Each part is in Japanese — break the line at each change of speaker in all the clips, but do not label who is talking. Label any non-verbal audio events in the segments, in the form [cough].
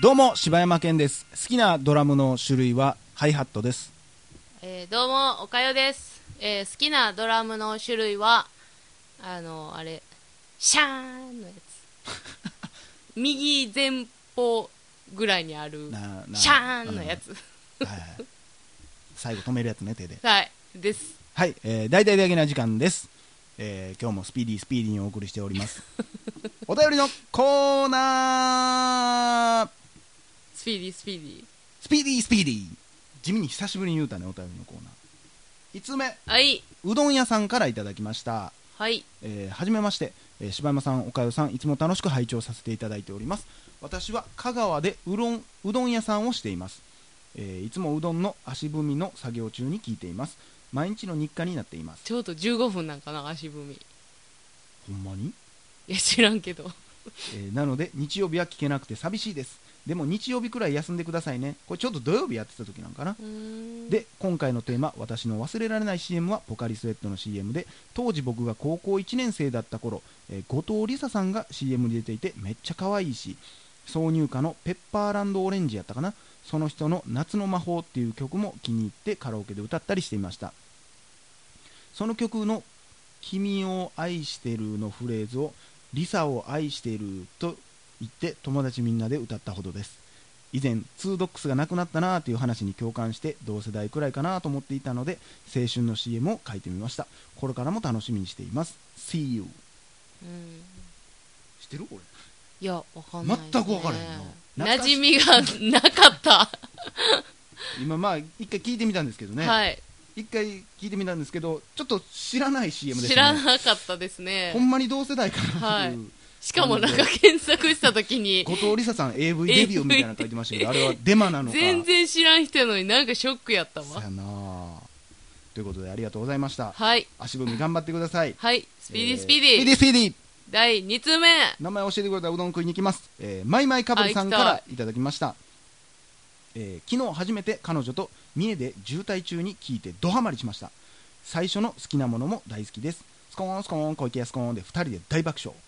どうも、柴山健です。好きなドラムの種類は、ハイハットです。
えーどうも、おかよです、えー好きなドラムの種類は、あの、あれ、シャーンのやつ。右前方ぐらいにある、
なな
シャーンのやつ。
はいはい。最後止めるやつね、手で。
はい、です。
はい、えー、大体だけな時間です。えー、今日もスピーディースピーディーにお送りしております。お便りのコーナー
スピーディー、スピーディ
スピーディースピーディー地味に久しぶりに言うたね、お便りのコーナー。5つ目、
ー。はい、
うどん屋さんからいただきました。
はい、
えーはじめまして、えー柴山さん、岡代さん、いつも楽しく拝聴させていただいております。私は香川でうどんうどん屋さんをしています、えーいつもうどんの足踏みの作業中に聞いています。毎日の日課になっています。
ちょうど15分なんかな、足踏み。い
ほんまに、
や、知らんけど。
えーなので、日曜日は聞けなくて寂しいです。でも日曜日くらい休んでくださいね。これちょっと土曜日やってた時なんかな。
うーん、
で今回のテーマ「私の忘れられない CM」はポカリスエットの CM で当時僕が高校1年生だった頃、えー後藤梨沙さんが CM に出ていてめっちゃ可愛いし挿入歌の「ペッパーランドオレンジ」やったかなその人の「夏の魔法」っていう曲も気に入ってカラオケで歌ったりしていましたその曲の「君を愛してる」のフレーズを「リサを愛してる」と言って友達みんなで歌ったほどです以前ツードックスがなくなったなーという話に共感して同世代くらいかなと思っていたので青春の CM を書いてみましたこれからも楽しみにしています See you
うん。
知ってるこれ
いや、わかんない、
全くわからへんな
な。馴染みがなかった。
今まあ一回聞いてみたんですけどね、
はい。
一回聞いてみたんですけどちょっと知らない CM でし
知
た
ら
ね
なかったですね
ほ。んまに同世代かなっていう、
しかもなんか検索した時に、
後藤理沙さん AV デビューみたいなの書いてましたけどあれはデマなのか
全然知らん人やのになんかショックやった
さ
わ
やなあということでありがとうございました
はい
足踏み頑張ってください
はいスピーディースピー
え
ディー
スピーディースピーディー
第2通目
名前教えてくれたらうどん食いに行きます、えー、マイマイかぶりさんか
あ行
ら
き
いただきました、えー昨日初めて彼女と三重で渋滞中に聞いてドハマりしました最初の好きなものも大好きですスコーンスコーン小池やスコーンで2人で大爆笑、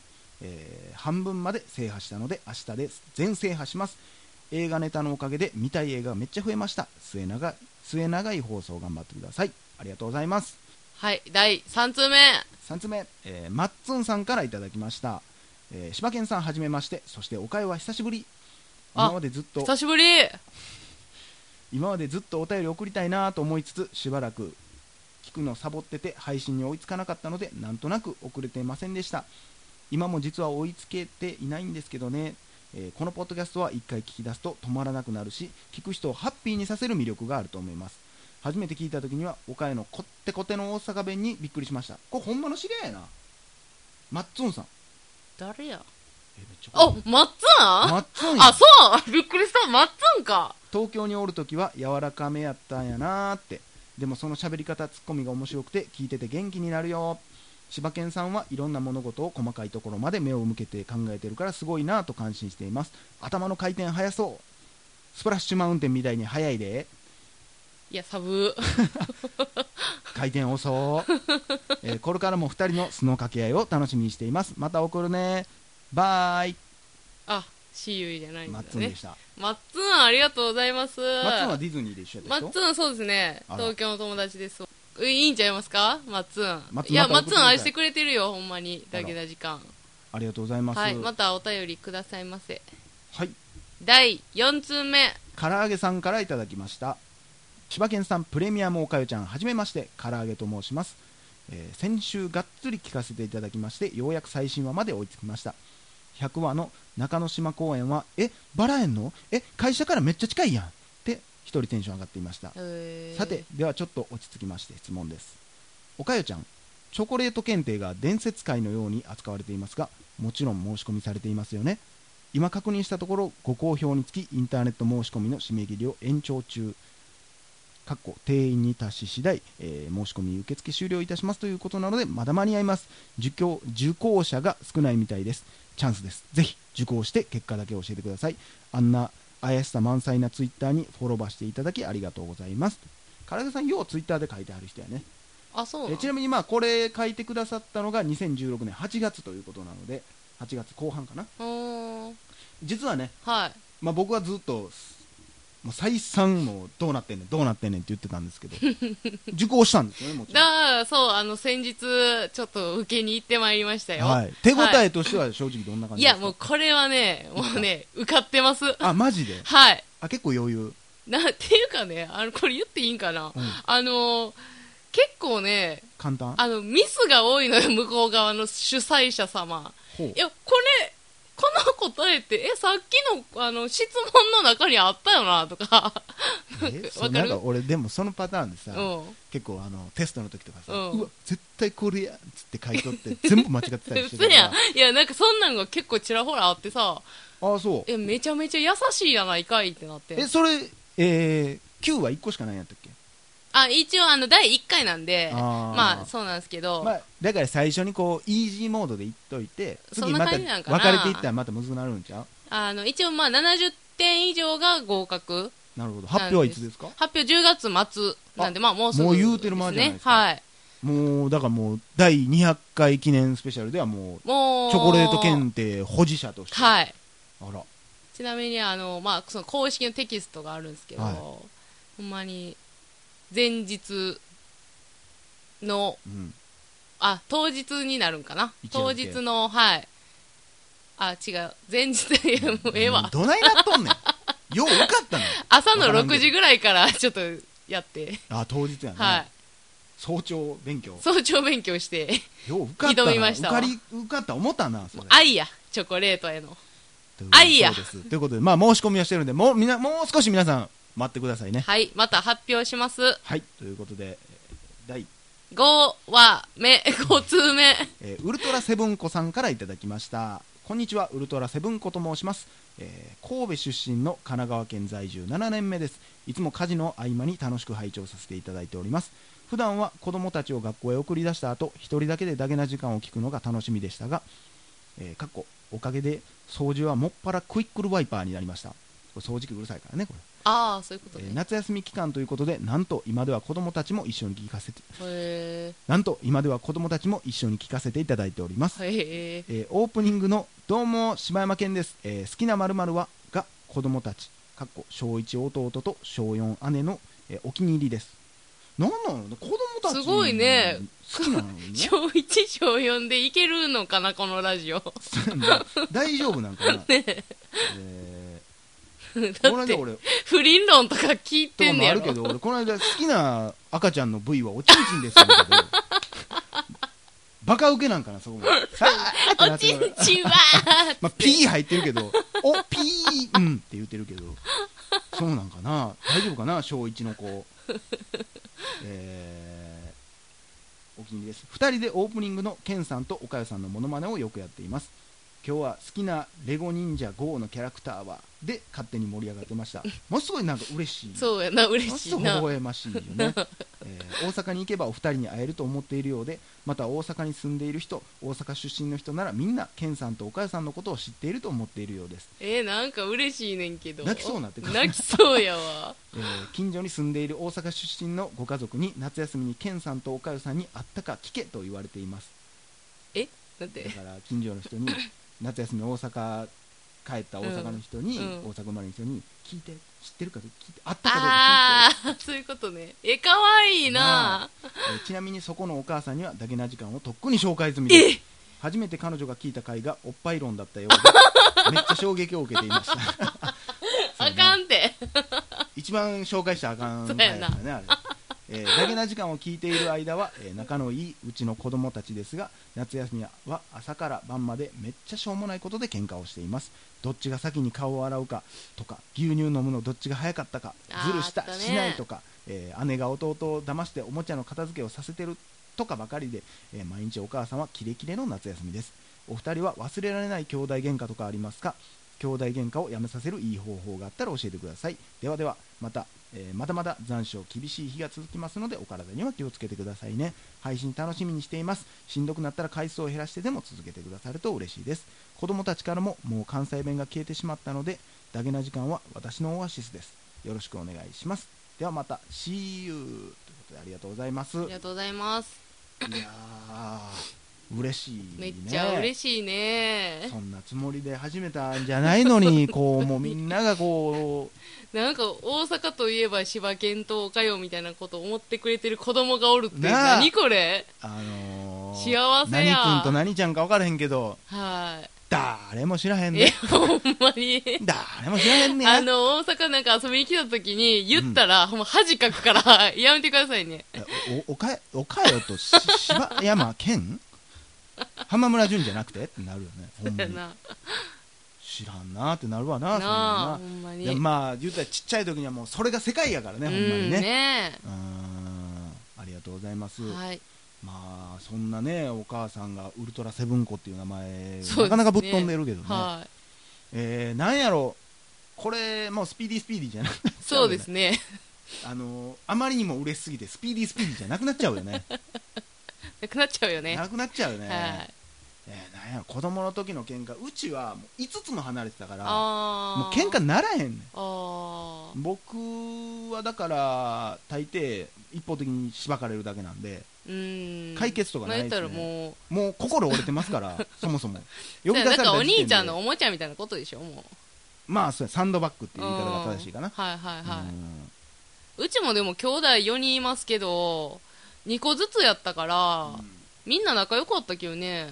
えー半分まで制覇したので明日で全制覇します映画ネタのおかげで見たい映画がめっちゃ増えました末永い末長い放送頑張ってくださいありがとうございます
はい第3通目
3つ目、えーマッツンさんからいただきました、えー、柴犬さんはじめましてそしておかえは久しぶり
あ
今までずっと
久しぶり
今までずっとお便り送りたいなと思いつつしばらく聞くのサボってて配信に追いつかなかったのでなんとなく遅れてませんでした今も実は追いつけていないんですけどね、えーこのポッドキャストは一回聞き出すと止まらなくなるし聞く人をハッピーにさせる魅力があると思います初めて聞いた時には岡谷のこってこての大阪弁にびっくりしましたこれほんまの知り合いやなマッツンさん
誰や
えめっちゃ
あ
怖い
マッツン
マ
あ
ッツンや
そうびっくりしたマッツンか
東京におるときは柔らかめやったんやなーってでもその喋り方ツッコミが面白くて聞いてて元気になるよ柴犬さんはいろんな物事を細かいところまで目を向けて考えてるからすごいなと感心しています頭の回転速そうスプラッシュマウンテンみたいに速いで
いやサブ [laughs]
回転遅そう、えーこれからも2人の素の掛け合いを楽しみにしていますまた送るねバイ
あ CU じゃないん
マ
だ
ッツン
ね
でした
マッツンありがとうございます
マッツンはディズニーで一緒やった
マ
でし
ッ
ょ
ツンそうですね
あら
東京の友達ですいいんちゃいますかマッツン
マッツン
いや
また送
マ
ってくだ
ッツ
さ
ン
い
愛してくれてるよほんまにだけだ時間
ありがとうございます
はいまたお便りくださいませ
はい
第4通目
唐揚げさんからいただきました千葉県産プレミアムおかゆちゃんはじめまして唐揚げと申します、えー先週がっつり聞かせていただきましてようやく最新話まで追いつきました100話の中之島公園はえバラ園のえ会社からめっちゃ近いやんって一人テンション上がっていました
えー
さてではちょっと落ち着きまして質問ですおかよちゃんチョコレート検定が伝説界のように扱われていますがもちろん申し込みされていますよね今確認したところご好評につきインターネット申し込みの締め切りを延長中かっこ定員に達し次第、えー申し込み受付終了いたしますということなのでまだ間に合います受講受講者が少ないみたいですチャンスですぜひ受講して結果だけ教えてくださいあんな怪しさ満載なツイッターにフォローバしていただきありがとうございます唐揚げさんようツイッターで書いてある人やね
あそうな
え
の
ちなみにまあこれ書いてくださったのが2016年8月ということなので8月後半かな
うーん
実はね
はい
まあ、僕はずっともう再三もうどうなってんねんどうなってんねんって言ってたんですけ
[laughs]
ど受講したんですよねもちろん、
だそう、あの、先日、ちょっと受けに行ってまいりましたよ。
はい、手応
は
えとしては正直どんな感
い。い
じです
や、
か、
もうこれはね、もうね、受かってます。
あマジで
はい。
あ結構余裕
な、っていうかね、あの、これ言っていいんかな、
うん
あの、結構ね、
簡単
あの、ミスが多いのよ、向こう側の主催者様。
ほう
いや、これ、この答えって、え、さっきの、あの、質問の中にあったよな、とか。
えそう
わか
なん
る
か俺でもそのパターンでさ、
うん。
結構あのテストの時とかさ、う
うん
わ絶対これやっつって書いとって全部間違ってたりして
[laughs] 嘘
るか
や
ら
ん。いや、なんかそんなんが結構ちらほらあってさ、
ああそう
え、めちゃめちゃ優しいやないかいってなって
え。それえー、9は1個しかないんやったっけ
あ、一応、あの、第1回なんで、
あー
まあ、そうなんですけど、
まあ、だから最初にこうイージーモードでいっといて
そ
次
んな
また
感
分
じなんかな
かれていったらまたむずくなるんちゃう
あの、一応、まあ、70点以上が合格。
なるほど発表はいつですか
発表10月末なんで、まあ、もうすぐ、
もう言うてる間じゃないですか
ねはい。
もうだからもう第200回記念スペシャルではも
も
う
う、
チョコレート検定保持者として、
はい。
あら
ちなみにあの、まあ、その公式のテキストがあるんですけど、
はい
ほんまに前日の
うん
あ当日になるんかな
一夜
当
明け
日のはいあ違う前日いや [laughs] もうええわ
どないなっとんねんよう分かったね
朝の
わからんけど
6時ぐらいから [laughs] ちょっとやって、
あ当日やね、
はい
早朝勉強
早朝勉強して
よう受かったな
挑みまし
受
た
か
わ
り受かった思ったなそれ
愛やチョコレートへの
という
愛や
そうですということでまあ申し込みはしてるんでもうみなもう少し皆さん待ってくださいね
はいまた発表します
はいということでえー第
5話目5通目
えーウルトラセブンコさんからいただきましたこんにちはウルトラセブンコと申します、えー神戸出身の神奈川県在住7年目ですいつも家事の合間に楽しく拝聴させていただいております普段は子供たちを学校へ送り出した後一人だけでダゲな時間を聞くのが楽しみでしたが、えーかっこおかげで掃除はもっぱらクイックルワイパーになりましたこれ掃除機うるさいからねこれ
ああそういうこと
えー
ね
夏休み期間ということでなんと今では子供たちも一緒に聞かせて
へ
なんと今では子供たちも一緒に聞かせていただいております
えへえ
えーオープニングの「どうも柴山健です、えー好きな〇〇は?」が子供たちかっこ小1弟と小4姉の、えーお気に入りですなんなの子供たち
すごいね
好きなのに
[laughs]
ね
小1小4でいけるのかなこの
[laughs]
ラジオだ
大丈夫なん
[laughs]
かな、えー、この間
って
俺
不倫論とか聞い
と
て
か
ん
も
ね
あ
や
る
ろ
けど俺この間好きな赤ちゃんの部位はおちんちんですけどバカウケなんかなそこもさあってな
お
って
ち
る
んち
[laughs]
んは
まあ、ピー入ってるけど、お、ピー、うんって言ってるけど、そうなんかな、大丈夫かな、小1の子。えーお気に入りです。2人でオープニングのケンさんと岡谷さんのモノマネをよくやっています。今日は好きなレゴ忍者 GO のキャラクターはで勝手に盛り上がってました。ものすごいなんか嬉しい。
そうやな嬉
ものす
しい
ごい微
な
笑ましいよね、 [laughs] えー大阪に行けばお二人に会えると思っているようでまた大阪に住んでいる人大阪出身の人ならみんな健さんとお母さんのことを知っていると思っているようです、
えー、なんか嬉しいねんけど
泣きそうになってくる
泣きそう
[laughs]
やわ
えー近所に住んでいる大阪出身のご家族に夏休みに健さんとお母さんに会ったか聞けと言われています
えだって
だから近所の
[laughs]
人に夏休み大阪帰った大阪の人に、
うんうん
大阪生まれの人に聞いて知ってるかと聞いて会ったかどうか聞いて
ああそういうことねえ可愛いな
えーちなみにそこのお母さんにはダゲな時間をとっくに紹介済みです
え
初めて彼女が聞いた回がおっぱい論だったようでめっちゃ衝撃を受けていましたそう
あ
やな
[laughs] かんて
一番紹介したらあかん
そう
回
や
や
な
からねあれえー、ダゲな時間を聞いている間は、えー仲のいいうちの子供たちですが夏休みは朝から晩までめっちゃしょうもないことで喧嘩をしていますどっちが先に顔を洗うかとか牛乳飲むのどっちが早かったか
あー
ズルした
あったね
しないとか、えー姉が弟を騙しておもちゃの片付けをさせてるとかばかりで、えー毎日お母さんはキレキレの夏休みですお二人は忘れられない兄弟喧嘩とかありますか兄弟喧嘩をやめさせるいい方法があったら教えてくださいではではまた、えーまだまだ残暑厳しい日が続きますのでお体には気をつけてくださいね配信楽しみにしていますしんどくなったら回数を減らしてでも続けてくださると嬉しいです子供たちからももう関西弁が消えてしまったのでダゲな時間は私のオアシスですよろしくお願いしますではまた See you ということでありがとうございますい
ありがとうございます
やー嬉しいね
めっちゃ嬉しいね
そんなつもりで始めたんじゃないの
[laughs]
にこうもうみんながこ
なんか大阪といえば柴犬とおかよみたいなこと思ってくれてる子供がおるって
なあ
何これ
うあのー、
幸せや
何君と何ちゃんか分からへんけど
はい
誰も知らへん
え
ね
ほんまに
誰も知らへんね
あの大阪なんか遊びに来た時に言ったら、ほんま恥かくから [laughs] やめてくださいね
おおかえおかよとし柴山健浜村淳じゃなくてってなるよねほんま
だ
に
な
知らんなってなるわなそん
なあ
な
ほ
んなん
まに
でまあ言うたらちっちゃい時にはもうそれが世界やからねほんまに
うん
ね
ね
うーんありがとうございます、
はい
まあそんなねお母さんがウルトラセブン子っていう名前、
すね
なかなかぶっ飛んでるけどね、
はい
えーなんやろこれもうスピーディースピーディーじゃなくなっちゃ
そ
よ
うですね [laughs]
あのあまりにも嬉しすぎてスピーディースピーディーじゃなくなっちゃうよね
なくなっちゃうよ [laughs] ね
なくなっちゃうよね、
はい
えーなんやろ子供の時の喧嘩うちはもう5つも離れてたからも
あ
う喧嘩ならへんねん
あー
僕はだから大抵一方的にしばかれるだけなんで
うん
解決とかない
ん
で
やった
す
ら
ね、
もう
もう心折れてますから
[laughs]
そもそも呼
だからお
時点で
兄ちゃんのおもちゃみたいなことでしょもう
まあそうやサンドバッグっていう言い方が正しいか
うん
な
はいはいは
う
い
ん
うちもでも兄弟4人いますけど2個ずつやったから、みんな仲良かったけどね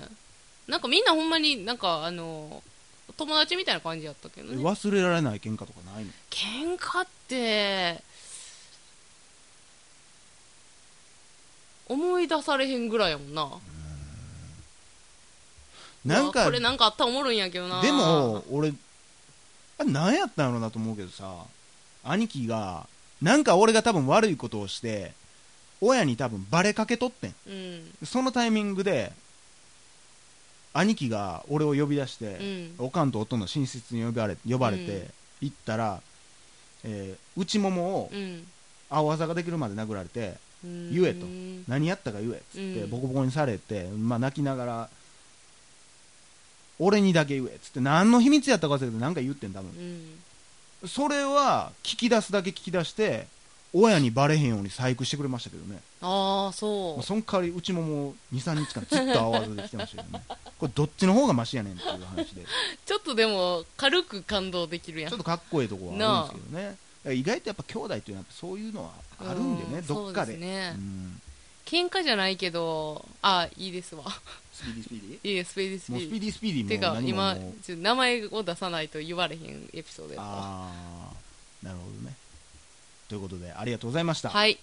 なんかみんなほんまになんかあの友達みたいな感じやったけど
え
ね
忘れられない喧嘩とかないの
喧嘩って思い出されへんぐらいやもんな
なん
うわ
か
これなんかあったらおもろいんやけどな
でも俺あ何やったんやろなと思うけどさ兄貴がなんか俺が多分悪いことをして親に多分バレかけとってん
うん
そのタイミングで兄貴が俺を呼び出し
う
て、
ん
おかんとおとんの寝室に呼ばれ呼ばれて、
うん
行ったら、えー内ももを
うん
青技ができるまで殴られて、
うん
言えと何やったか言えっつって、
うん
ボコボコにされて、まあ、泣きながら俺にだけ言えっつって何の秘密やったか忘れて何か言ってん多分
うん
それは聞き出すだけ聞き出して親にバレへんように細工してくれましたけどね
ああそう
その代わりうちももう23日間ずっと泡技できてました [laughs] けどねこれどっちの方がマシやねんっていう話 [laughs] でち
ちょっとでも軽く感動できるやん
ょっとかっこいいとこはあるんですけどねだから意外とやっぱ兄弟っていうのはそういうのはあるんでね
う
どっか
そう
で
ですね
うん
喧嘩じゃないけどあいいですわ
スピーディースピーディ
いいですスピーディース
ー
ピ
もう
ーデ
ス
ィ
ピーディースピーディー
て
も
か
何も
今
もう
ちょ名前を出さないと言われへんエピソードやったわ
ああなるほどねということでありがとうございました、
はい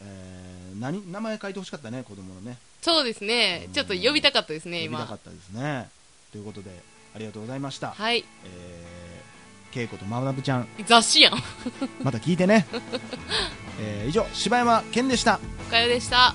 えー何名前書いてほしかったね子供のね
そうですね
うん
ちょっと呼びたかったですね
呼びたか
今
ったですねということでありがとうございました、
はい
えー、恵子とまなぶちゃん
雑誌やん
また聞いてね、 [laughs] えー以上柴山健でした
おかよでした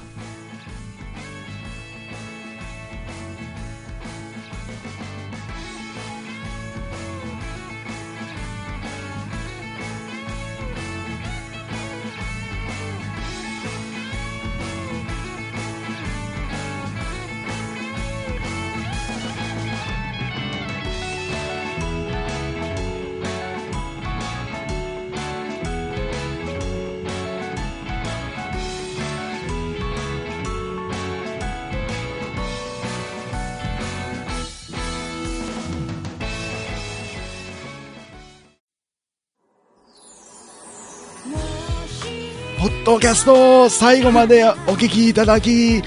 ポッドキャスト最後までお聞きいただき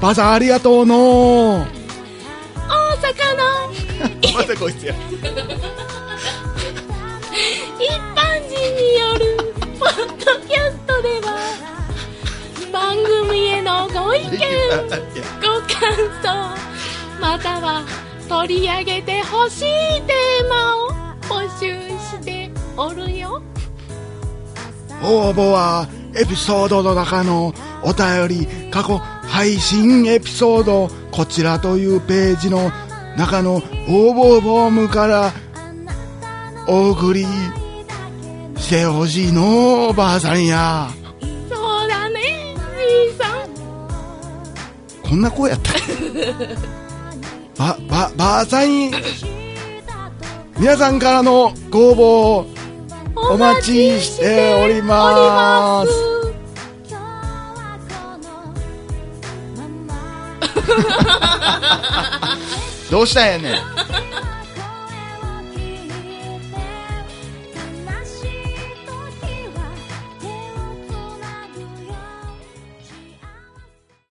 バザありがとうの
大阪の
[laughs] またこいつ
[laughs]
や
一般人によるポッドキャストでは番組へのご意見
[laughs]
ご感想または取り上げてほしいテーマを募集しておるよ
応募はエピソードの中のお便り過去配信エピソードこちらというページの中の応募フォームからお送りしてほしいのおばあさんや
そうだねじいさん
こんな声やったばばばあさん皆さんからのご応募をお待ちしております
今日はこのまま
どうしたんやねん